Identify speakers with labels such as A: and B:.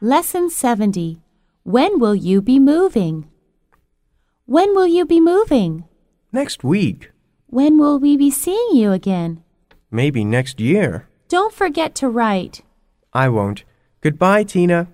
A: Lesson 70 When will you be moving? When will you be moving?
B: Next week.
A: When will we be seeing you again?
B: Maybe next year.
A: Don't forget to write.
B: I won't. Goodbye, Tina.